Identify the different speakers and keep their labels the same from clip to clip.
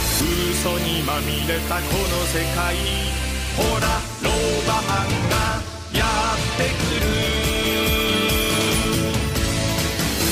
Speaker 1: 嘘にまみれたこの世界ほらローバハンがやって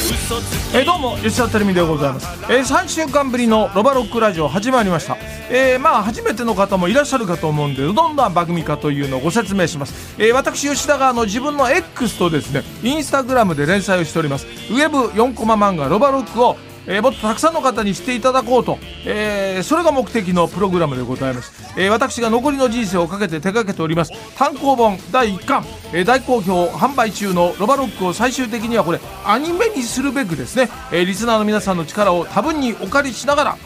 Speaker 1: くる嘘つき
Speaker 2: えーどうも吉田テレミでございます、えー3週間ぶりの「ロバロックラジオ」始まりました、えーまあ初めての方もいらっしゃるかと思うんでどんな番組かというのをご説明します、えー私吉田があの自分の X とですねインスタグラムで連載をしておりますウェブ4コマ漫画「ロバロック」をえーもっとたくさんの方にしていただこうと、えーそれが目的のプログラムでございます、えー私が残りの人生をかけて手掛けております単行本第1巻、えー大好評販売中の「ロバロック」を最終的にはこれアニメにするべくですね、えーリスナーの皆さんの力を多分にお借りしながら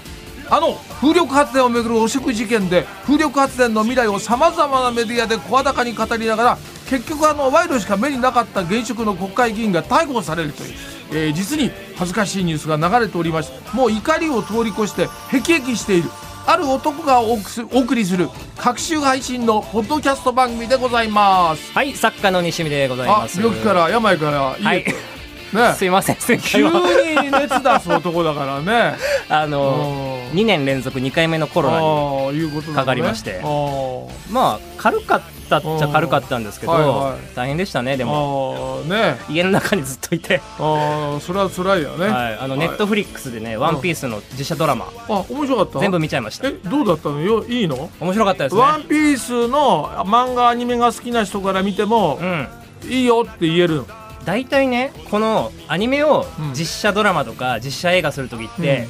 Speaker 2: あの風力発電をめぐる汚職事件で風力発電の未来をさまざまなメディアで声高に語りながら結局あの賄賂しか目になかった現職の国会議員が逮捕されるという、えー実に恥ずかしいニュースが流れておりましてもう怒りを通り越してへきへきしているある男がお送お送りする各週配信のポッドキャスト番組でございます。
Speaker 3: はい、作家の西見でござい
Speaker 2: あ
Speaker 3: ます。
Speaker 2: 病気から病からいい、
Speaker 3: はい、
Speaker 2: ね
Speaker 3: すいません、前
Speaker 2: 急
Speaker 3: 回は
Speaker 2: に熱出す男だからね。
Speaker 3: あ
Speaker 2: う
Speaker 3: の
Speaker 2: ん
Speaker 3: 2年連続2回目の コロナに
Speaker 2: ああいうことなのね
Speaker 3: かかりまして
Speaker 2: あー
Speaker 3: まあ軽かったっちゃ軽かったんですけど、
Speaker 2: うんはいはい
Speaker 3: 大変でしたねでも
Speaker 2: あーね
Speaker 3: 家の中にずっといて、
Speaker 2: ああそれは辛いよね、
Speaker 3: はい、あのネットフリックスでね「ワンピースの実写ドラマ
Speaker 2: あ面白かった
Speaker 3: 全部見ちゃいました
Speaker 2: えどうだったのよいいの、
Speaker 3: 面白かったですね
Speaker 2: ワンピースの漫画アニメが好きな人から見ても
Speaker 3: う、ん
Speaker 2: いいよって言えるの
Speaker 3: 大体ねこのアニメを
Speaker 2: うん
Speaker 3: 実写ドラマとか実写映画する時って、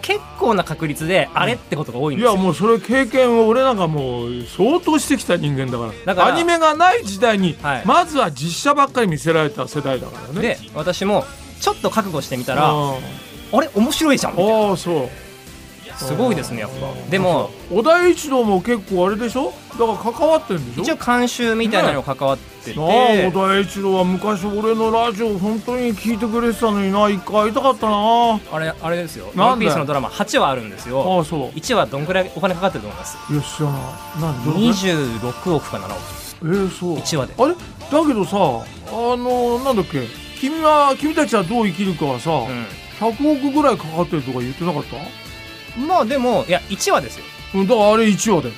Speaker 3: 結構な確率であれってことが多いん
Speaker 2: い
Speaker 3: ですよ、
Speaker 2: やもうそれ経験を俺なんかもう相当してきた人間だから
Speaker 3: だから
Speaker 2: アニメがない時代に、
Speaker 3: はい
Speaker 2: まずは実写ばっかり見せられた世代だからね
Speaker 3: で私もちょっと覚悟してみたらあ
Speaker 2: あ
Speaker 3: れ面白いじゃんみたいな
Speaker 2: あそう
Speaker 3: すごいですねやっぱでも
Speaker 2: 小田栄一郎も結構あれでしょだから関わってるんでしょ
Speaker 3: 一応監修みたいなのにも関わってて、
Speaker 2: なあ小田栄一郎は昔俺のラジオ本当に聞いてくれてたのにな一回会いたかったな
Speaker 3: あれあれですよ「
Speaker 2: な
Speaker 3: ワ
Speaker 2: ん
Speaker 3: ン
Speaker 2: で
Speaker 3: ピースのドラマ8話あるんです
Speaker 2: あ
Speaker 3: よ
Speaker 2: あそう
Speaker 3: 1話どんくらいお金かかってると思います
Speaker 2: よっしゃな何どれ
Speaker 3: 26億か7億
Speaker 2: えー、そう
Speaker 3: 1話で
Speaker 2: あれだけどさあのなんだっけ君は君たちはどう生きるかはさ、
Speaker 3: う
Speaker 2: 100億ぐらいかかってるとか言ってなかった
Speaker 3: んまあでもいや1話ですよ
Speaker 2: うんだからあれ1話で、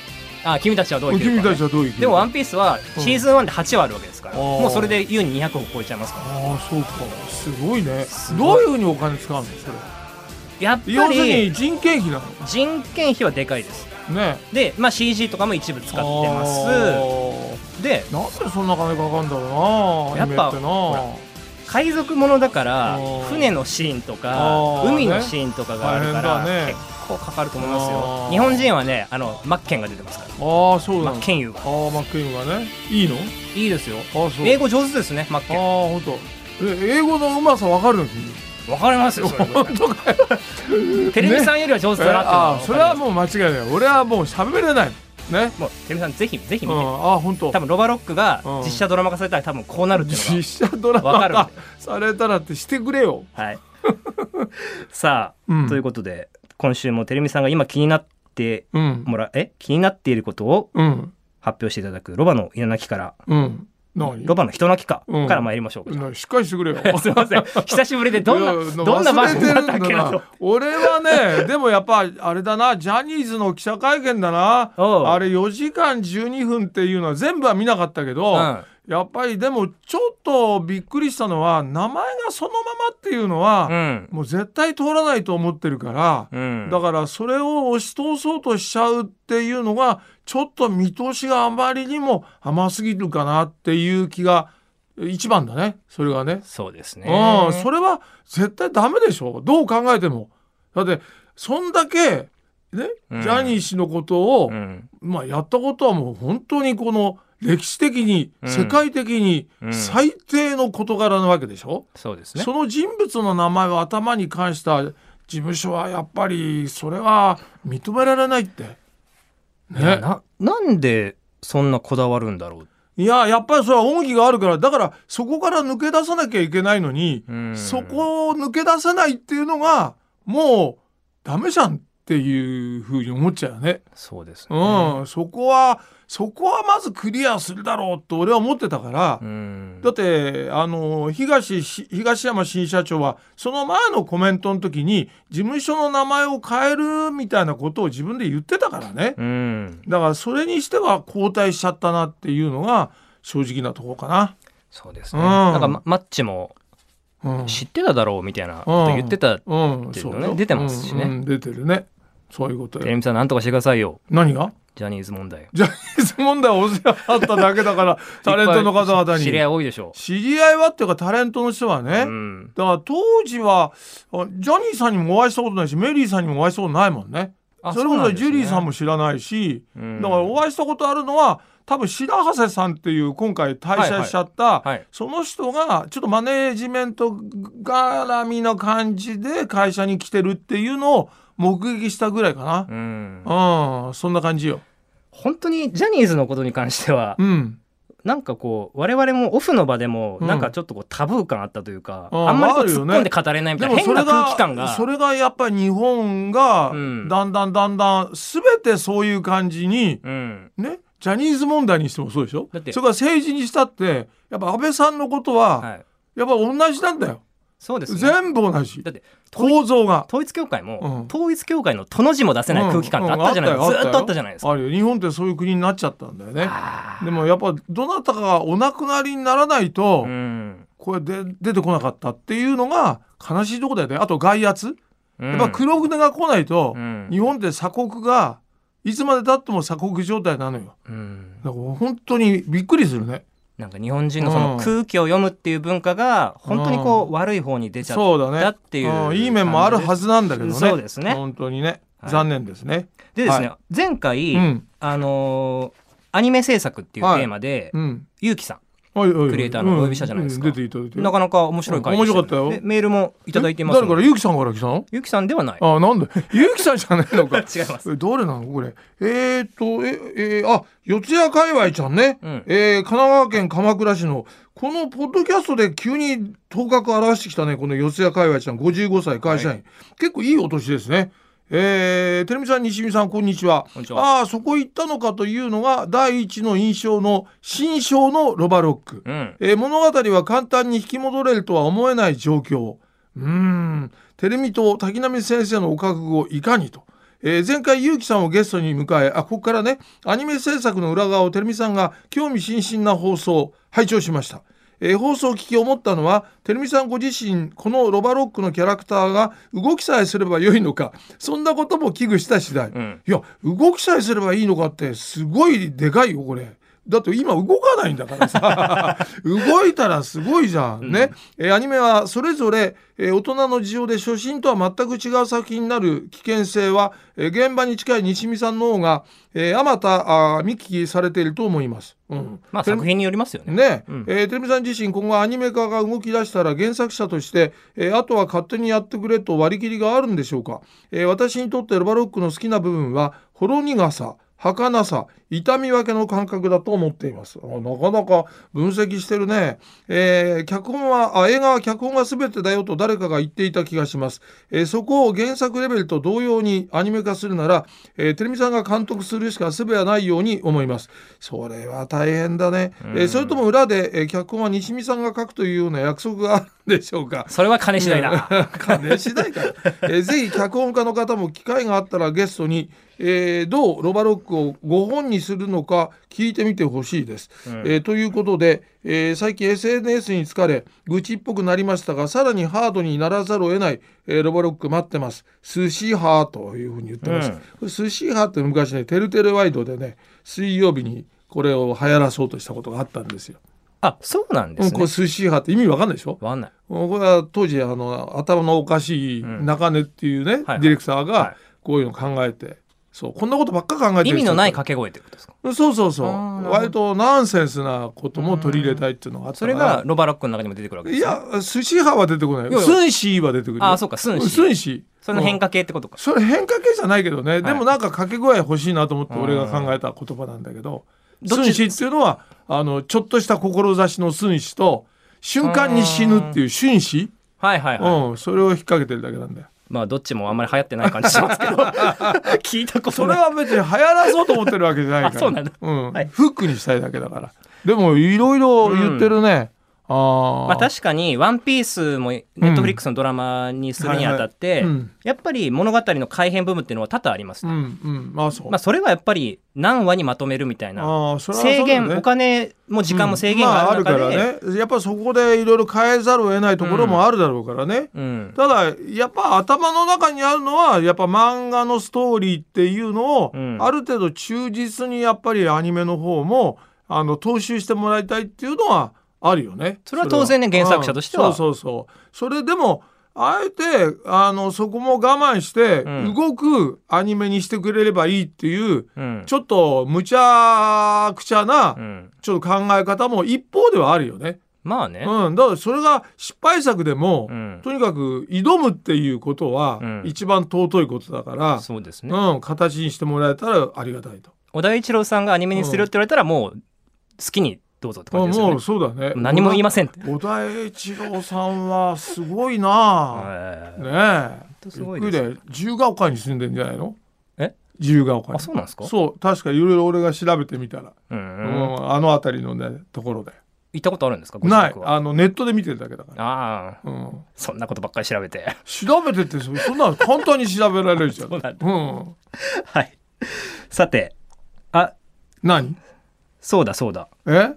Speaker 3: あ君たちはどう生きる
Speaker 2: 君
Speaker 3: か、
Speaker 2: た
Speaker 3: ね
Speaker 2: ち、はどう生きるか
Speaker 3: でも「ワンピースは
Speaker 2: うん
Speaker 3: シーズン1で8話あるわけですから、
Speaker 2: あー
Speaker 3: もうそれで優に200億超えちゃいますから
Speaker 2: ああそうかすごいね
Speaker 3: す
Speaker 2: ど
Speaker 3: ご
Speaker 2: う
Speaker 3: い
Speaker 2: いうふうにお金使うのそれ
Speaker 3: やっぱ
Speaker 2: 要するに
Speaker 3: り
Speaker 2: 人件費な
Speaker 3: 人件費はでかいです
Speaker 2: のね
Speaker 3: で、まあ、CG とかも一部使ってま
Speaker 2: あ
Speaker 3: す
Speaker 2: ー
Speaker 3: で
Speaker 2: なんでそんな金かかんだろうなアニメ
Speaker 3: やっぱ
Speaker 2: ってな
Speaker 3: ほら海賊ものだから
Speaker 2: あー
Speaker 3: 船のシーンと
Speaker 2: あ
Speaker 3: か
Speaker 2: ー
Speaker 3: 海のシーンとかがあるから、
Speaker 2: 大変だね
Speaker 3: 結構かかると思います
Speaker 2: あー
Speaker 3: よ日本人はねあのマッケンが出てますから
Speaker 2: ああそう
Speaker 3: マ
Speaker 2: な
Speaker 3: ッ
Speaker 2: の
Speaker 3: ケンユが
Speaker 2: ああマックイーンがねいいの
Speaker 3: いいですよ
Speaker 2: ああそう
Speaker 3: 英
Speaker 2: 語
Speaker 3: 語上手ですねマッ
Speaker 2: あ
Speaker 3: ケ
Speaker 2: あ
Speaker 3: ン
Speaker 2: 本当え英語のうまさわかるの君
Speaker 3: わかりま すよそれ
Speaker 2: 本当かよ
Speaker 3: テレビさんよりは上手だなっていうのは
Speaker 2: ああそれは
Speaker 3: わかり
Speaker 2: もう間違いない俺はもう喋れないね
Speaker 3: ますもうテレビさんぜひぜひ
Speaker 2: う
Speaker 3: 見
Speaker 2: ん
Speaker 3: て、
Speaker 2: ああ本当
Speaker 3: 多分ロバロックが
Speaker 2: うん
Speaker 3: 実写ドラマ化されたら多分こうなるっていうの
Speaker 2: 実写ドラマ
Speaker 3: わかる
Speaker 2: がされたらってしてくれよ
Speaker 3: がはい さあ、
Speaker 2: うん
Speaker 3: ということで今週もテレビさんが今気になって
Speaker 2: うん
Speaker 3: もらえ気になっていることを
Speaker 2: うん
Speaker 3: 発表していただくロバの稲垣から
Speaker 2: うん何
Speaker 3: ロバの人の木か
Speaker 2: うん
Speaker 3: から参りましょうか、
Speaker 2: なしっかりしてくれよ
Speaker 3: すいません久しぶりでどん
Speaker 2: いや
Speaker 3: などんな番組だったっ
Speaker 2: 忘れて
Speaker 3: け
Speaker 2: るん
Speaker 3: な
Speaker 2: だ
Speaker 3: と
Speaker 2: な俺はね でもやっぱあれだなジャニーズの記者会見だな
Speaker 3: おう
Speaker 2: あれ4時間12分っていうのは全部は見なかったけど、
Speaker 3: うん
Speaker 2: やっぱりでもちょっとびっくりしたのは名前がそのままっていうのは
Speaker 3: う、ん
Speaker 2: もう絶対通らないと思ってるから、
Speaker 3: うん
Speaker 2: だからそれを押し通そうとしちゃうっていうのがちょっと見通しがあまりにも甘すぎるかなっていう気が一番だねそれがね。
Speaker 3: そうですね
Speaker 2: うん、それは絶対ダメでしょどう考えても。だってそんだけ、ね
Speaker 3: うん
Speaker 2: ジャニー氏のことを、
Speaker 3: うん
Speaker 2: まあ、やったことはもう本当にこの歴史的に、
Speaker 3: うん
Speaker 2: 世界的に
Speaker 3: うん
Speaker 2: 最低の事柄なわけでしょ、
Speaker 3: そうですね
Speaker 2: その人物の名前を頭に関した事務所はやっぱりそれは認められないって。
Speaker 3: いや
Speaker 2: ね、
Speaker 3: ななんでそんなこだわるんだろう
Speaker 2: いややっぱりそれは恩義があるからだからそこから抜け出さなきゃいけないのに、
Speaker 3: うん
Speaker 2: そこを抜け出せないっていうのがもうダメじゃんっっていうふうに思っちゃうよね。
Speaker 3: そうです
Speaker 2: うん、そこはそこはまずクリアするだろうと俺は思ってたから、
Speaker 3: うん
Speaker 2: だってあの東し東山新社長はその前のコメントの時に事務所の名前を変えるみたいなことを自分で言ってたからね、
Speaker 3: うん
Speaker 2: だからそれにしては後退しちゃったなっていうのが正直なところか
Speaker 3: そうですね、
Speaker 2: うん
Speaker 3: なんかママッチも
Speaker 2: な。うん
Speaker 3: 知ってただろうみたいなこと言ってた、
Speaker 2: うん
Speaker 3: っていう
Speaker 2: そ
Speaker 3: のね
Speaker 2: うよ
Speaker 3: 出てますしね
Speaker 2: うんうん出てるねそういうこと
Speaker 3: テレ
Speaker 2: よ
Speaker 3: ミさんなんとかしてくださいよ
Speaker 2: 何が
Speaker 3: ジャニーズ問題
Speaker 2: ジャニーズ問題はお世話あっただけだ からタレントの方々に
Speaker 3: 知り合い多いでしょ
Speaker 2: 知り合いはっていうかタレントの人は
Speaker 3: う、
Speaker 2: ね、
Speaker 3: うん、
Speaker 2: だから当時はあジャニーさんにもお会いしたことないしメリーさんにもお会いしたことないもんね
Speaker 3: あ
Speaker 2: それこ
Speaker 3: うな
Speaker 2: そ
Speaker 3: です
Speaker 2: ジュ
Speaker 3: ね
Speaker 2: リーさんも知らないし、
Speaker 3: うん
Speaker 2: だからお会いしたことあるのは多分白長谷さんっていう今回退社しちゃった、
Speaker 3: はい
Speaker 2: その人がちょっとマネージメント絡みの感じで会社に来てるっていうのを目撃したぐらいかな
Speaker 3: う。ん、
Speaker 2: うん、そんな感じよ。
Speaker 3: 本当にジャニーズのことに関しては、
Speaker 2: うん。
Speaker 3: なんかこう我々もオフの場でも
Speaker 2: うん
Speaker 3: なんかちょっとこうタブー感あったというか、
Speaker 2: あー
Speaker 3: あんまりこう
Speaker 2: ある
Speaker 3: 突
Speaker 2: よ
Speaker 3: っ
Speaker 2: ね
Speaker 3: 込んで語れないみたいな変
Speaker 2: それ
Speaker 3: な空気感が
Speaker 2: それがやっぱり日本が
Speaker 3: うん
Speaker 2: だんだんだんだん全てそういう感じに、
Speaker 3: うん
Speaker 2: ね、ジャニーズ問題にしてもそうでしょ
Speaker 3: だって
Speaker 2: それから政治にしたって、やっぱ安倍さんのことは、
Speaker 3: はい
Speaker 2: やっぱ同じなんだよ。
Speaker 3: そうですね
Speaker 2: 全部同じ
Speaker 3: だ。って
Speaker 2: 構造が。
Speaker 3: 統一教会
Speaker 2: う
Speaker 3: も
Speaker 2: ん
Speaker 3: 統一教会のとの字も出せない空気感ってあったじゃないですか、
Speaker 2: うんうん
Speaker 3: ずーっとあったじゃないですか
Speaker 2: あるよ日本ってそういう国になっちゃったんだよね
Speaker 3: あ
Speaker 2: でもやっぱどなたかがお亡くなりにならないと、
Speaker 3: うん
Speaker 2: これで出てこなかったっていうのが悲しいとこだよねあと外圧やっぱ黒船が来ないと、
Speaker 3: うん
Speaker 2: 日本って鎖国がいつまでたっても鎖国状態なのよ
Speaker 3: うん
Speaker 2: だから本当にびっくりするね
Speaker 3: なんか日本人のそうの
Speaker 2: ん
Speaker 3: 空気を読むっていう文化が本当にこう悪い方に出ちゃっ
Speaker 2: そうだね
Speaker 3: だっていうん
Speaker 2: いい面もあるはずなんだけどね
Speaker 3: そうですね
Speaker 2: 本当にね
Speaker 3: はい
Speaker 2: 残念ですね、
Speaker 3: てでですね、前回、
Speaker 2: うん
Speaker 3: あのーアニメ制作っていうテーマで、
Speaker 2: うん
Speaker 3: ゆうきさん
Speaker 2: はいはいはい
Speaker 3: クリエイターのお呼びしたじゃないですか
Speaker 2: うん出ていただいて
Speaker 3: なかなか面白い回で
Speaker 2: 面白かったよ
Speaker 3: でメールもいただいています
Speaker 2: 誰から
Speaker 3: ゆ
Speaker 2: ゆうきさんから来たの
Speaker 3: ゆうきさんではない
Speaker 2: あなんだゆうきさんじゃないのか
Speaker 3: 違います
Speaker 2: え誰なのこれえー、っとええー、あ四谷界隈ちゃんね、
Speaker 3: うん
Speaker 2: えー神奈川県鎌倉市のこのポッドキャストで急に頭角を現してきたねこの四谷界隈ちゃん55歳会社員、結構いいお年ですねえー、てるみさん西見さんこんにちは
Speaker 3: こんにちは
Speaker 2: ああーそこ行ったのかというのが第一の印象の新章のロバロック、
Speaker 3: うん
Speaker 2: えー物語は簡単に引き戻れるとは思えない状況うーんテレミと滝波先生のお覚悟をいかにと、えー前回結城さんをゲストに迎えあここからねアニメ制作の裏側をテレミさんが興味津々な放送を拝聴しました、えー放送を聞き思ったのはテレミさんご自身このロバロックのキャラクターが動きさえすれば良いのかそんなことも危惧した次第、
Speaker 3: うん
Speaker 2: いや動きさえすればいいのかってすごいでかいよこれ。だって今動かないんだから さ動いたらすごいじゃんね、えーアニメはそれぞれ、えー大人の事情で初心とは全く違う作品になる危険性は、えー現場に近い西見さんの方がえーあまたあー見聞きされていると思います。うん
Speaker 3: まあ
Speaker 2: テレ
Speaker 3: 作品によりますよね
Speaker 2: ね
Speaker 3: うん
Speaker 2: えーテレビさん自身今後アニメ化が動き出したら原作者として、えーあとは勝手にやってくれと割り切りがあるんでしょうか、えー私にとってロバロックの好きな部分はほろ苦さ儚さ痛み分けの感覚だと思っていますあなかなか分析してるね、えー脚本はあ映画は脚本が全てだよと誰かが言っていた気がします、えーそこを原作レベルと同様にアニメ化するなら、えー、テレミさんが監督するしか術はないように思いますそれは大変だね、えーそれとも裏で、えー脚本は西見さんが書くというような約束があるんでしょうか
Speaker 3: それは金次第だ、
Speaker 2: 金次第かよ、え ーぜひ脚本家の方も機会があったらゲストに、えーどうロバロックをご本にするのか聞いてみてほしいです、えーということで、えー最近 SNS に疲れ愚痴っぽくなりましたがさらにハードにならざるを得ない、えーロバロック待ってます寿司派というふうに言ってます、
Speaker 3: うん
Speaker 2: 寿司派って昔ねてるてるワイドでね水曜日にこれを流行らそうとしたことがあったんですよ。
Speaker 3: あそうなんで
Speaker 2: うん
Speaker 3: す
Speaker 2: これ
Speaker 3: ね
Speaker 2: 寿司派って意味わかんないでしょ
Speaker 3: わかんない
Speaker 2: もうこれは当時あの頭のおかしい中根っていうね、
Speaker 3: はい
Speaker 2: ディレクター
Speaker 3: はい
Speaker 2: がこういうの考えて、そうこんなことばっか考えてる
Speaker 3: 意味のない
Speaker 2: か
Speaker 3: 掛け声ってことですか
Speaker 2: そうそうそう
Speaker 3: あーなるほど
Speaker 2: 割とナンセンスなことも取り入れたいっていうのがあった
Speaker 3: そ
Speaker 2: から
Speaker 3: れがロバロックの中にも出てくるわけで
Speaker 2: い
Speaker 3: すね
Speaker 2: や寿司派は出てこない
Speaker 3: いやいや
Speaker 2: 寸志は出てくるよ
Speaker 3: あそうか寸志
Speaker 2: 寸志
Speaker 3: それの変
Speaker 2: 化
Speaker 3: 化系ってことか
Speaker 2: それ変化系じゃないけどね、でもなんか掛け声欲しいなと思って俺が考えた言葉なんだけど
Speaker 3: どっ
Speaker 2: 寸
Speaker 3: ち
Speaker 2: 志っていうのはあのちょっとした志の寸志と瞬間に死ぬっていう瞬死
Speaker 3: はいはいはい、
Speaker 2: うん、それを引っ掛けてるだけなんだよ。
Speaker 3: まあどっちもあんまり流行ってない感じします けど聞いたこと
Speaker 2: それ
Speaker 3: ない
Speaker 2: は別に流行らそうと思ってるわけじゃないから
Speaker 3: あそうなんだ
Speaker 2: うん
Speaker 3: はい
Speaker 2: フックにしたいだけだからでもいろいろ言ってるね、ああ、
Speaker 3: まあ、確かに「ワンピースもネットフリックスのドラマにするにあたって、
Speaker 2: はいはいうん
Speaker 3: やっぱり物語の改変部分っていうのは多々あります、
Speaker 2: うんうんまあそう、
Speaker 3: まあ、それはやっぱり何話にまとめるみたいな
Speaker 2: ああそれはそうだ
Speaker 3: 制限、
Speaker 2: ね
Speaker 3: お金も時間も制限がある中で、
Speaker 2: うんまあ、あるからねやっぱそこでいろいろ変えざるを得ないところもあるだろうからね、
Speaker 3: うん
Speaker 2: ただやっぱ頭の中にあるのはやっぱ漫画のストーリーっていうのを、
Speaker 3: うん
Speaker 2: ある程度忠実にやっぱりアニメの方もあの踏襲してもらいたいっていうのはあるよね。
Speaker 3: それは当然ね原作者としては
Speaker 2: うんそうそうそう。それでもあえてあのそこも我慢して
Speaker 3: うん
Speaker 2: 動くアニメにしてくれればいいっていう、
Speaker 3: うん
Speaker 2: ちょっと無茶苦茶な、
Speaker 3: うん
Speaker 2: ちょっと考え方も一方ではあるよね。
Speaker 3: まあね、
Speaker 2: うん、だからそれが失敗作でも、
Speaker 3: うん
Speaker 2: とにかく挑むっていうことは
Speaker 3: うん
Speaker 2: 一番尊いことだから、
Speaker 3: そうですね、
Speaker 2: うん形にしてもらえたらありがたいと。
Speaker 3: 小田一郎さんがアニメにするって言われたらもう好きにどうぞって感じですよ
Speaker 2: も
Speaker 3: ね
Speaker 2: うそうだね。
Speaker 3: 何も言いませんって、
Speaker 2: 小田栄一郎さんはすごいな。
Speaker 3: えー
Speaker 2: ねえ。
Speaker 3: 当すごいです
Speaker 2: びっくりだよ自由が丘に住んでんじゃないの？
Speaker 3: え？
Speaker 2: 自由が丘に。
Speaker 3: あそうなんですか
Speaker 2: そう確かいろいろ俺が調べてみたら、
Speaker 3: うん
Speaker 2: う
Speaker 3: うん、行
Speaker 2: んあの辺りのねところで。
Speaker 3: ったことあるんですかご自
Speaker 2: ない
Speaker 3: 宅。は
Speaker 2: あのネットで見てるだけだから。
Speaker 3: ああ
Speaker 2: うん。
Speaker 3: そんなことばっかり調べて
Speaker 2: 調べてってそそんなの簡単に調べられるじゃん。
Speaker 3: そうなん
Speaker 2: うん。
Speaker 3: はいさてあ
Speaker 2: 何？
Speaker 3: そうだそうだ
Speaker 2: え？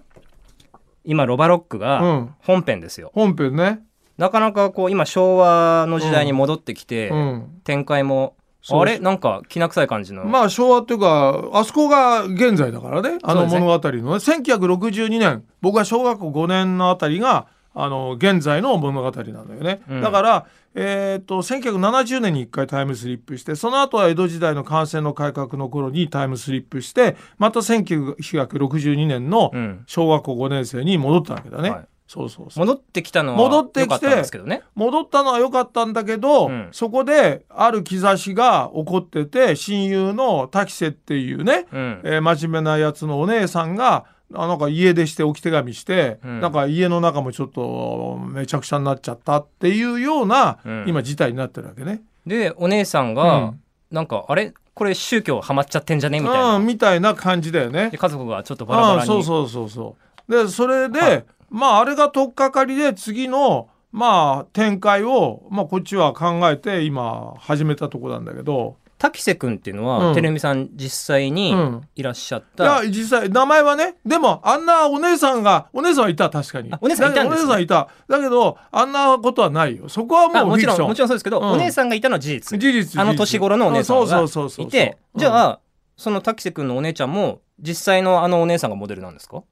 Speaker 3: 今ロバロック
Speaker 2: う
Speaker 3: が
Speaker 2: ん
Speaker 3: 本編ですよ、
Speaker 2: 本編ね。
Speaker 3: なかなかこう今昭和の時代に戻ってきて、
Speaker 2: うん。
Speaker 3: 展開も
Speaker 2: そう
Speaker 3: あれなんかきな臭い感じの、
Speaker 2: まあ昭和っていうかあそこが現在だからね。あ
Speaker 3: そう
Speaker 2: の
Speaker 3: ですね
Speaker 2: 物語のね。1962年僕が小学校5年のあたりがあの現在の物語なんだよね。
Speaker 3: うん
Speaker 2: だから。えー、と1970年に1回タイムスリップしてその後は江戸時代の感染の改革の頃にタイムスリップしてまた1962年の
Speaker 3: うん
Speaker 2: 小学校5年生に戻ったわけだね。
Speaker 3: はい
Speaker 2: そうそうそう
Speaker 3: 戻ってきたの
Speaker 2: 戻っ
Speaker 3: は
Speaker 2: てきて
Speaker 3: 良かったんですけどね
Speaker 2: 戻ったのは良かったんだけど、
Speaker 3: うん
Speaker 2: そこである兆しが起こってて親友の滝瀬っていうね、
Speaker 3: うん
Speaker 2: えー真面目なやつのお姉さんがあなんか家出して置き手紙して、
Speaker 3: うん
Speaker 2: なんか家の中もちょっとめちゃくちゃになっちゃったっていうような、
Speaker 3: うん
Speaker 2: 今事態になってるわけね。
Speaker 3: でお姉さん
Speaker 2: う
Speaker 3: が
Speaker 2: ん
Speaker 3: なんかあれこれ宗教ハマっちゃってんじゃねみたいな、
Speaker 2: うん、みたいな感じだよね
Speaker 3: で。家族がちょっとバラバラに
Speaker 2: うんそうそうそうそうでそれで、まああれが取っかかりで次のまあ展開を、まあ、こっちは考えて今始めたとこなんだけど
Speaker 3: 滝瀬君っていうのは、
Speaker 2: うん
Speaker 3: てるみさん実際に
Speaker 2: うん
Speaker 3: いらっしゃっ
Speaker 2: い
Speaker 3: た、
Speaker 2: や実際名前はねでもあんなお姉さんがお姉さんはいた確かに
Speaker 3: あお姉さんいたんです
Speaker 2: だけどお姉さん
Speaker 3: ね
Speaker 2: いただけどあんなことはないよそこは
Speaker 3: あ
Speaker 2: もう
Speaker 3: も
Speaker 2: フィ
Speaker 3: ち
Speaker 2: ク
Speaker 3: ろ
Speaker 2: ショ
Speaker 3: ん
Speaker 2: ン
Speaker 3: もちろんそうですけど、
Speaker 2: うん
Speaker 3: お姉さんがいたのは事実
Speaker 2: 事実
Speaker 3: あの
Speaker 2: 事実
Speaker 3: 年頃のお姉さんが
Speaker 2: あそうそうそうそう
Speaker 3: いて
Speaker 2: うん
Speaker 3: じゃあその滝瀬君のお姉ちゃんも実際のあのお姉さんがモデルなんですか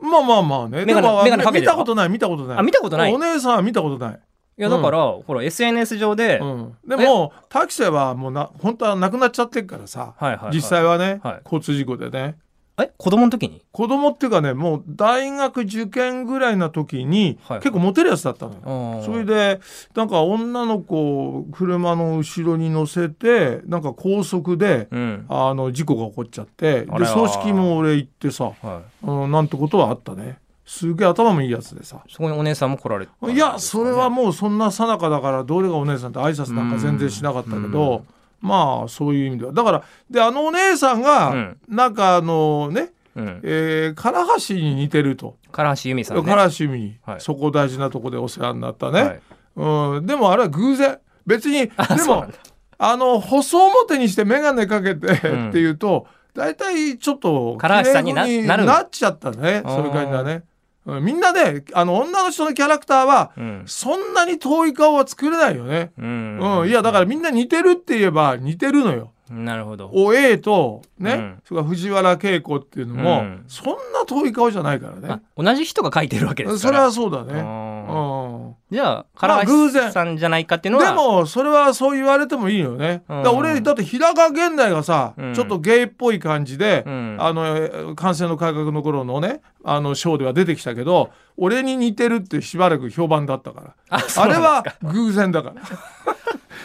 Speaker 2: まあまあまあね
Speaker 3: メガネ
Speaker 2: でも
Speaker 3: メガネかけ
Speaker 2: 見
Speaker 3: てる
Speaker 2: たことない見たことない
Speaker 3: あ見たことない
Speaker 2: お
Speaker 3: い
Speaker 2: 姉さんは見たことない
Speaker 3: やだから、ほら SNS 上で、はい
Speaker 2: うん、でもタセはもうな本当は亡くなっちゃってるからさ、
Speaker 3: はいはい
Speaker 2: 実際はね、
Speaker 3: はい
Speaker 2: 交通事故でね
Speaker 3: え子供の時に
Speaker 2: 子供っていうかねもう大学受験ぐらいな時に、
Speaker 3: はいはい
Speaker 2: 結構モテるやつだったの
Speaker 3: あ
Speaker 2: よ。
Speaker 3: ー
Speaker 2: それでなんか女の子を車の後ろに乗せてなんか高速で、
Speaker 3: うん
Speaker 2: あの事故が起こっちゃって
Speaker 3: あ
Speaker 2: で
Speaker 3: ら
Speaker 2: 葬式も俺行ってさ、
Speaker 3: は
Speaker 2: うん、なんてことはあったねすげえ頭もいいやつでさ
Speaker 3: い、そこにお姉さんも来られたんですかね、
Speaker 2: いやそれはもうそんなさなかだからどれがお姉さんって挨拶なんか全然しなかったけど、まあそういう意味ではだからであのお姉さん
Speaker 3: う
Speaker 2: が
Speaker 3: ん
Speaker 2: なんかあのね、
Speaker 3: うん、
Speaker 2: えー、唐橋に似てると、
Speaker 3: 唐橋由美さん
Speaker 2: 唐
Speaker 3: ね
Speaker 2: 橋由美に、
Speaker 3: はい
Speaker 2: そこ大事なとこでお世話になったね、
Speaker 3: はい
Speaker 2: うん、でもあれは偶然別にで
Speaker 3: あそうな
Speaker 2: も
Speaker 3: んだ
Speaker 2: あの細表にして眼鏡かけて
Speaker 3: ん
Speaker 2: っていうと大体ちょっと
Speaker 3: 唐橋さんにな
Speaker 2: 綺麗に
Speaker 3: なる
Speaker 2: なっちゃったねそういう感じだね。うんみんなねあの女の人のキャラクターは
Speaker 3: うん
Speaker 2: そんなに遠い顔は作れないよね。
Speaker 3: うん
Speaker 2: うん、いやだからみんな似てるって言えば似てるのよ。
Speaker 3: なるほど
Speaker 2: お A とね、
Speaker 3: うん
Speaker 2: それから藤原恵子っていうのも、
Speaker 3: うん
Speaker 2: そんな遠い顔じゃないからね
Speaker 3: あ。同じ人が書いてるわけです
Speaker 2: そ
Speaker 3: か
Speaker 2: れ
Speaker 3: ら
Speaker 2: はそうだね。
Speaker 3: あー
Speaker 2: うん
Speaker 3: じゃあ
Speaker 2: まあ
Speaker 3: 唐
Speaker 2: 偶
Speaker 3: 橋
Speaker 2: 然
Speaker 3: さんじゃないかっていうのは、
Speaker 2: でもそれはそう言われてもいいよね。
Speaker 3: うん
Speaker 2: だから俺だって平川源内がさ、
Speaker 3: うん
Speaker 2: ちょっとゲイっぽい感じで、
Speaker 3: うん
Speaker 2: あのえー感染の改革の頃のねあのショーでは出てきたけど俺に似てるってしばらく評判だったから
Speaker 3: あ
Speaker 2: あ
Speaker 3: そう
Speaker 2: れ
Speaker 3: なん
Speaker 2: は偶然だから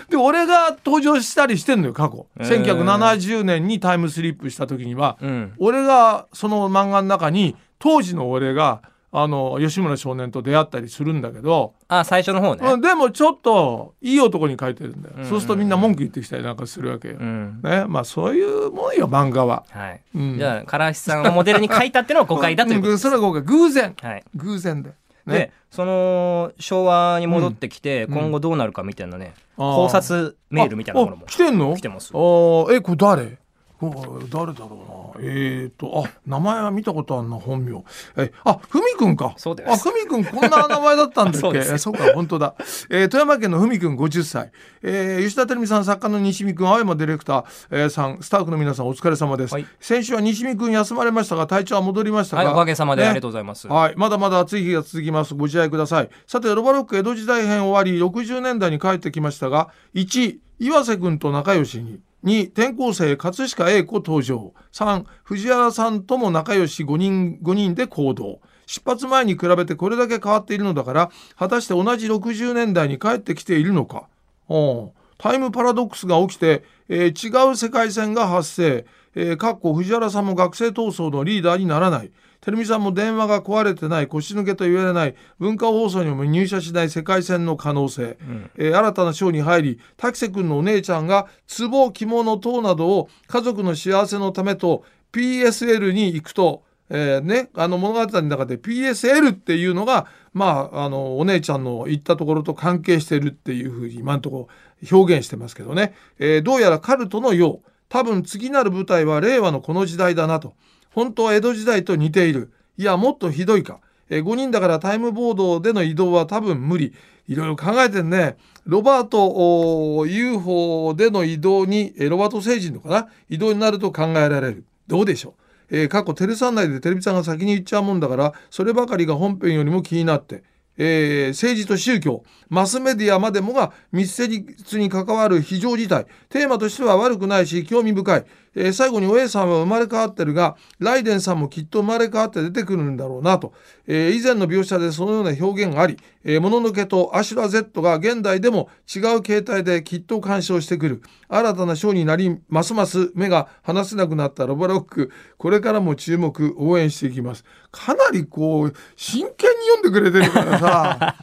Speaker 2: で俺が登場したりしてんのよ過去、
Speaker 3: へー
Speaker 2: 1970年にタイムスリップした時には、
Speaker 3: うん
Speaker 2: 俺がその漫画の中に当時の俺があの吉村少年と出会ったりするんだけど、
Speaker 3: あ最初の方ね
Speaker 2: うんでもちょっといい男に書いてるんだよ、
Speaker 3: うんうん
Speaker 2: そうするとみんな文句言ってきたりなんかするわけよ、
Speaker 3: うん
Speaker 2: ねまあそういうもんよ漫画は、
Speaker 3: はい、
Speaker 2: うん
Speaker 3: じゃあ唐橋さんをモデルに書いたっていうのは誤解だということ
Speaker 2: んそれは誤解偶然
Speaker 3: はい
Speaker 2: 偶然で
Speaker 3: でその昭和に戻ってきて
Speaker 2: ん
Speaker 3: 今後どうなるかみたいなね、
Speaker 2: あー
Speaker 3: 考察メールみたいなものも
Speaker 2: あ来てんの
Speaker 3: 来てます
Speaker 2: あーえこれ誰これ誰だろうなえっ、とあ名前は見たことあるな本名えあふみくんか
Speaker 3: そうです
Speaker 2: あふみくんこんな名前だったんだっ
Speaker 3: そう
Speaker 2: け
Speaker 3: で
Speaker 2: え
Speaker 3: す
Speaker 2: そうか本当だ、えー富山県のふみくん50歳、えー吉田照美さん作家の西見くん青山ディレクター、えーさんスタッフの皆さんお疲れ様です、
Speaker 3: はい
Speaker 2: 先週は西見くん休まれましたが体調は戻りましたが、
Speaker 3: はいおかげさまでありがと
Speaker 2: う
Speaker 3: うございます、
Speaker 2: はい、まだまだ暑い日が続きます。ご自愛ください。さて、ロバロック江戸時代編終わり、60年代に帰ってきましたが、1、岩瀬くんと仲良しに、2、転校生、葛飾英子登場、3、藤原さんとも仲良し5人、5人で行動。出発前に比べてこれだけ変わっているのだから、果たして同じ60年代に帰ってきているのか。うんタイムパラドックスが起きて、えー違う世界線が発生、えーかっこ藤原さんも学生闘争のリーダーにならない照美さんも電話が壊れてない腰抜けと言えない文化放送にも入社しない世界線の可能性、えー新たな章に入り滝瀬君のお姉ちゃんが壺着物等などを家族の幸せのためと PSL に行くとえーね、あの物語の中で PSL っていうのが、まあ、あのお姉ちゃんの言ったところと関係してるっていうふうに今のところ表現してますけどね、えーどうやらカルトのよう多分次なる舞台は令和のこの時代だなと本当は江戸時代と似ているいやもっとひどいか、え5人だからタイムボードでの移動は多分無理いろいろ考えてんねロバートおー UFO での移動に、えーロバート星人のかな移動になると考えられるどうでしょうえー、過去テレサン内でテレビさんが先に言っちゃうもんだからそればかりが本編よりも気になって、えー政治と宗教マスメディアまでもが密接に関わる非常事態テーマとしては悪くないし興味深い、えー最後にお A さんは生まれ変わってるがライデンさんもきっと生まれ変わって出てくるんだろうなと、えー以前の描写でそのような表現があり「えーもののけ」と「アシュラ Z」が現代でも違う形態できっと鑑賞してくる新たなショーになりますます目が離せなくなったロバロックこれからも注目応援していきますかなりこう真剣に読んでくれてるから さ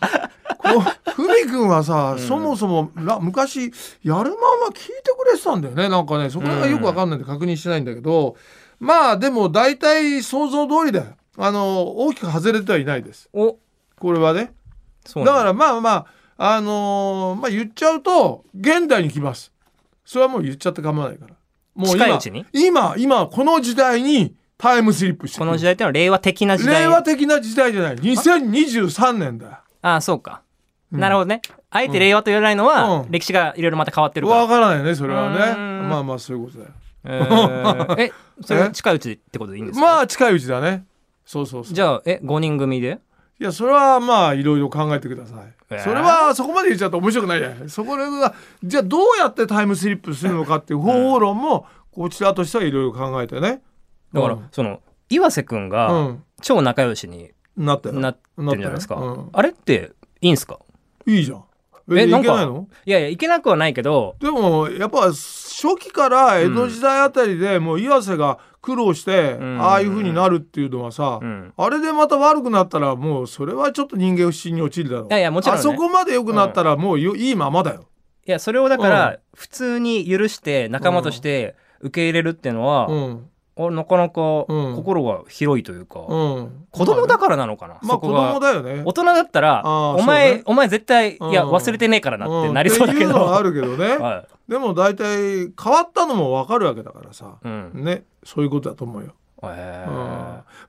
Speaker 2: こうふみくんはさ、そもそもら昔やるまんは聞いてくれてたんだよねなんかねそこら辺がよくわかんないんで確認してないんだけど、まあでも大体想像通りだよあの大きく外れてはいないです
Speaker 3: お
Speaker 2: これはね
Speaker 3: そう
Speaker 2: だ
Speaker 3: なん
Speaker 2: からまあまああのーまあ言っちゃうと現代に来ますそれはもう言っちゃって構わないからもう今
Speaker 3: 近いうちに
Speaker 2: 今今この時代にタイムスリップして
Speaker 3: こ
Speaker 2: くる
Speaker 3: の時代っていうのは令和的な時代
Speaker 2: 令和的な時代じゃない2023年だ
Speaker 3: ああそうか、
Speaker 2: うん
Speaker 3: なるほどねあえて令和と言わないのは、
Speaker 2: うん
Speaker 3: 歴史がいろいろまた変わってるから、
Speaker 2: わからないねそれはね
Speaker 3: うーん
Speaker 2: まあまあそういうことだよ
Speaker 3: えーえそれ
Speaker 2: え
Speaker 3: 近いうちってことでいいんですか、
Speaker 2: まあ近いうちだねそうそうそう
Speaker 3: じゃあえ5人組で
Speaker 2: いやそれはまあいろいろ考えてください、
Speaker 3: えー
Speaker 2: それはそこまで言っちゃうと面白くないじゃないそこがじゃあどうやってタイムスリップするのかっていう方法論もこちらとしてはいろいろ考えてね
Speaker 3: だから、
Speaker 2: うん
Speaker 3: その岩瀬くんが
Speaker 2: うん
Speaker 3: 超仲良しに
Speaker 2: なったよ
Speaker 3: なってるじゃないですか、
Speaker 2: なったようん
Speaker 3: あれっていいんすか
Speaker 2: いいじゃんえ
Speaker 3: え
Speaker 2: いけ
Speaker 3: な
Speaker 2: なんい
Speaker 3: か
Speaker 2: の
Speaker 3: いやいやいけなくはないけど
Speaker 2: でもやっぱ初期から江戸時代あたりでもう岩瀬が苦労して
Speaker 3: ん
Speaker 2: ああいう風になるっていうのはさ、
Speaker 3: うん
Speaker 2: あれでまた悪くなったらもうそれはちょっと人間不信に陥るだろう
Speaker 3: いやいやもちろんね
Speaker 2: あそこまで良くなったらもうよいいままだよ
Speaker 3: いやそれをだか
Speaker 2: う
Speaker 3: ら普通に許して仲間として受け入れるっていうのは、
Speaker 2: うん
Speaker 3: あなかなか
Speaker 2: うん
Speaker 3: 心が広いというか、
Speaker 2: うん
Speaker 3: 子供だからなのかな、
Speaker 2: まあ
Speaker 3: そ
Speaker 2: 子
Speaker 3: こが
Speaker 2: 供だよね
Speaker 3: 大人だったら
Speaker 2: あー
Speaker 3: お前、
Speaker 2: そうね
Speaker 3: お前絶対いや
Speaker 2: うん
Speaker 3: 忘れてねえからなって
Speaker 2: ん
Speaker 3: なりそうだけ
Speaker 2: っていう
Speaker 3: ど、
Speaker 2: のはあるけど ね、
Speaker 3: は
Speaker 2: でも大体変わったのも分かるわけだからさ、
Speaker 3: い、うん、
Speaker 2: ねそういうことだと思うよ
Speaker 3: へえ
Speaker 2: うん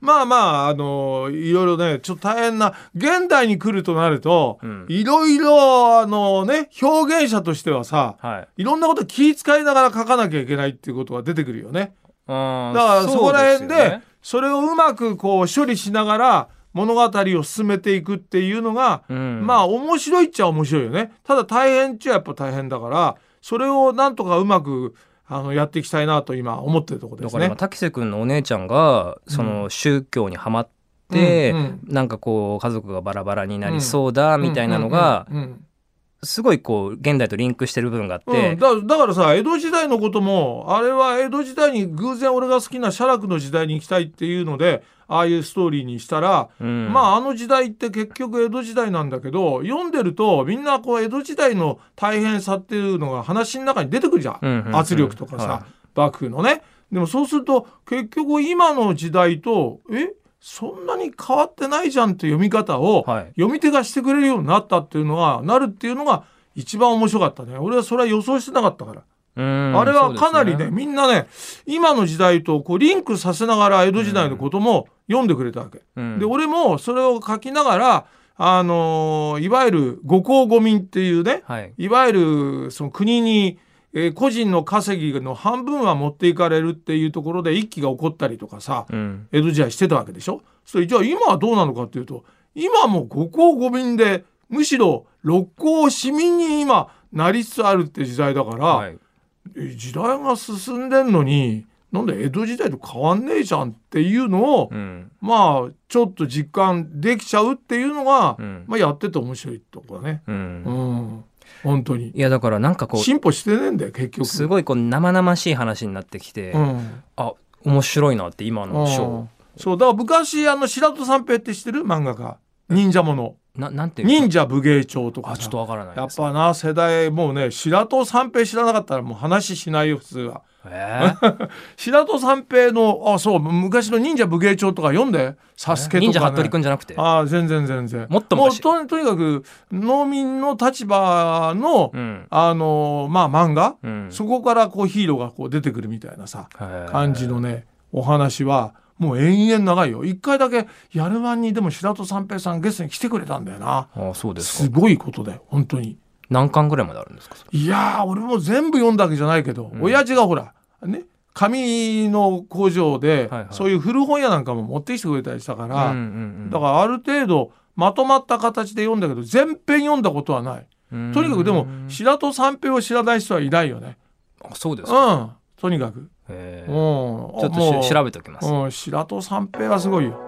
Speaker 2: まあまああのいろいろねちょっと大変な現代に来るとなると、
Speaker 3: うん
Speaker 2: いろいろあのね表現者としてはさ
Speaker 3: はい
Speaker 2: いろんなこと気遣いながら書かなきゃいけないっていうことが出てくるよね。
Speaker 3: あー
Speaker 2: だからそこら
Speaker 3: う
Speaker 2: 辺
Speaker 3: すよ
Speaker 2: で
Speaker 3: ね
Speaker 2: それをうまくこう処理しながら物語を進めていくっていうのが、
Speaker 3: うん
Speaker 2: まあ面白いっちゃ面白いよね。ただ大変っちゃやっぱ大変だからそれをなんとかうまくあのやっていきたいなと今思ってるところで
Speaker 3: だ
Speaker 2: す
Speaker 3: から今
Speaker 2: ね。
Speaker 3: 滝瀬君のお姉ちゃんがその宗教にはまって、
Speaker 2: うんうん
Speaker 3: なんかこう家族がバラバラになりそうだみたいなのが
Speaker 2: うんうんうんうん
Speaker 3: すごいこう現代とリンクしてる部分があっ
Speaker 2: う
Speaker 3: て、
Speaker 2: ん、だだからさ江戸時代のこともあれは江戸時代に偶然俺が好きな写楽の時代に行きたいっていうのでああいうストーリーにしたら、
Speaker 3: うん
Speaker 2: まああの時代って結局江戸時代なんだけど読んでるとみんなこう江戸時代の大変さっていうのが話の中に出てくるじゃん、
Speaker 3: うんうんうん
Speaker 2: 圧力とかさ、
Speaker 3: は
Speaker 2: 幕府のね。でもそうすると結局今の時代とえそんなに変わってないじゃんって読み方を、
Speaker 3: はい
Speaker 2: 読み手がしてくれるようになったっていうのがなるっていうのが一番面白かったね俺はそれは予想してなかったから、
Speaker 3: うん
Speaker 2: あれはかなり
Speaker 3: そう
Speaker 2: ね
Speaker 3: です
Speaker 2: みんなね今の時代とこうリンクさせながら江戸時代のことも読んでくれたわけ、
Speaker 3: うん
Speaker 2: で俺もそれを書きながらあのーいわゆる五公五民っていうね
Speaker 3: はい
Speaker 2: いわゆるその国に、えー個人の稼ぎの半分は持っていかれるっていうところで一揆が起こったりとかさ、
Speaker 3: うん
Speaker 2: 江戸時代してたわけでしょそれじゃあ今はどうなのかっていうと今も五公五民でむしろ六公市民に今なりつつあるって時代だから、
Speaker 3: はい
Speaker 2: え時代が進んでんのになんで江戸時代と変わんねえじゃんっていうのを、
Speaker 3: うん
Speaker 2: まあちょっと実感できちゃうっていうのが、
Speaker 3: うん
Speaker 2: まあ、やってて面白いとこだね。
Speaker 3: う
Speaker 2: うんん、本当に
Speaker 3: いやだからなんかこう
Speaker 2: 進歩してねえんだよ結局。
Speaker 3: すごいこう生々しい話になってきて
Speaker 2: うん
Speaker 3: あ面白いなって今のシ
Speaker 2: う
Speaker 3: ョ
Speaker 2: んそうだから昔あの白戸三平って知ってる漫画家忍者もの。
Speaker 3: ーななんていうか
Speaker 2: 忍者武芸帳とか
Speaker 3: あ
Speaker 2: さ
Speaker 3: ちょっとわからない
Speaker 2: や
Speaker 3: で
Speaker 2: っ
Speaker 3: す
Speaker 2: ぱな世代もうね白戸三平知らなかったらもう話しないよ普通は
Speaker 3: え
Speaker 2: 白戸三平のあそう昔の忍者武芸帳とか読んで「 サスケ
Speaker 3: ー
Speaker 2: と
Speaker 3: 忍者
Speaker 2: か、
Speaker 3: 服部
Speaker 2: ね
Speaker 3: く、んじゃなくて
Speaker 2: ああ全然全然
Speaker 3: もっと
Speaker 2: もう
Speaker 3: 昔
Speaker 2: ととにかく農民の立場の、
Speaker 3: うん
Speaker 2: あのまあ漫画、
Speaker 3: うん
Speaker 2: そこからこうヒーローがこう出てくるみたいなさ感じのねお話はもう延々長いよ一回だけやるワンにでも白戸三平さんゲストに来てくれたんだよな
Speaker 3: ああそうです
Speaker 2: す
Speaker 3: か
Speaker 2: ごいことだよ本当に
Speaker 3: 何巻ぐらいまであるんですかそれ
Speaker 2: いやー俺も全部読んだわけじゃないけど、
Speaker 3: ん
Speaker 2: 親父がほらね紙の工場で、
Speaker 3: はいはい
Speaker 2: そういう古本屋なんかも持ってきてくれたりしたから、
Speaker 3: うんうんうん
Speaker 2: だからある程度まとまった形で読んだけど全編読んだことはない、
Speaker 3: うん
Speaker 2: とにかくでも白戸三平を知らない人はいないよね
Speaker 3: あそうで
Speaker 2: う
Speaker 3: すか
Speaker 2: んとにかく、
Speaker 3: へ
Speaker 2: うん、ち
Speaker 3: ー
Speaker 2: ょ
Speaker 3: ちょっとし調べておきます。
Speaker 2: うん、白戸三平はすごいよ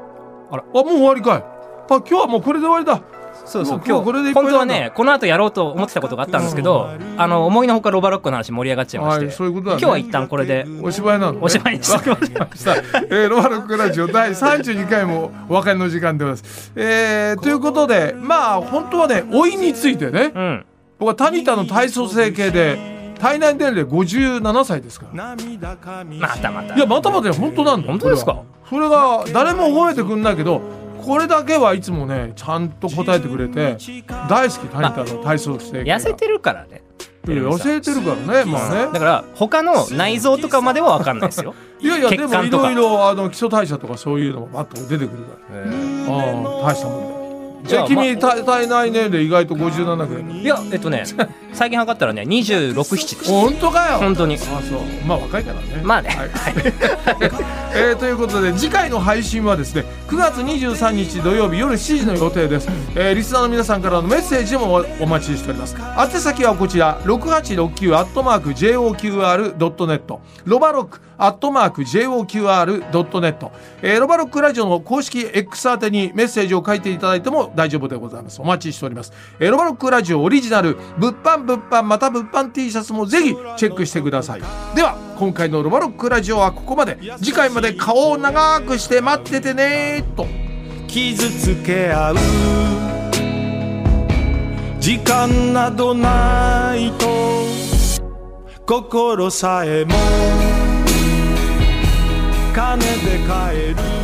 Speaker 3: あら
Speaker 2: もう終わりかいあ今日はもうこれで終わりだ
Speaker 3: そうそう
Speaker 2: もう今
Speaker 3: 今
Speaker 2: 日これでい
Speaker 3: 日
Speaker 2: っぱい
Speaker 3: 本当はねこの後やろうと思ってたことがあったんですけど、あの思いのほかロバロックの話盛り上がっちゃいまし
Speaker 2: は
Speaker 3: て、
Speaker 2: いそういうことだ
Speaker 3: 今
Speaker 2: ね
Speaker 3: 日は一旦これで
Speaker 2: お芝居なの、ね、
Speaker 3: おしまいにして
Speaker 2: さあ、えーロマロックラジオ第32回もお別れの時間でございます。えーということでまあ本当はね老いについてね
Speaker 3: うん。
Speaker 2: 僕はタニタの体組成系で体内年齢57歳ですから
Speaker 3: またまた。
Speaker 2: いやまたまた本当なんだよ
Speaker 3: 本当ですか
Speaker 2: これはそれが誰も褒めてくんないけどこれだけはいつもねちゃんと答えてくれて大好きタニタの体組成系が
Speaker 3: 痩せてるからね。
Speaker 2: いや痩せてるからねまあ
Speaker 3: だ
Speaker 2: ね
Speaker 3: から他の内臓とかまでは分かんないですよ。
Speaker 2: いやいやで
Speaker 3: 血
Speaker 2: もい
Speaker 3: 管と
Speaker 2: ろ
Speaker 3: か
Speaker 2: いろあの基礎代謝とかそういうのもバッと出てくるから。ああ大したもんだよ
Speaker 3: じゃあ
Speaker 2: え君体体内年齢意外と57くら い
Speaker 3: いやえっとね最近測ったらね26、7でした。
Speaker 2: 本当かよ
Speaker 3: 本当に。
Speaker 2: あそうまあ若いからね
Speaker 3: まあね
Speaker 2: はい えーということで次回の配信はですね9月23日土曜日夜7時の予定です、えーリスナーの皆さんからのメッセージもおお待ちしております宛先はこちら6869アットマーク JOQR.net ロバロックアットマーク JOQR.net、えーロバロックラジオの公式 X 宛てにメッセージを書いていただいても大丈夫でございますお待ちしております、えーロバロックラジオオリジナル物販物販また物販 T シャツもぜひチェックしてくださいでは今回のロバロックラジオはここまで次回まで顔を長くして待っててねーと
Speaker 1: 傷つけ合う時間などないと心さえも金で買える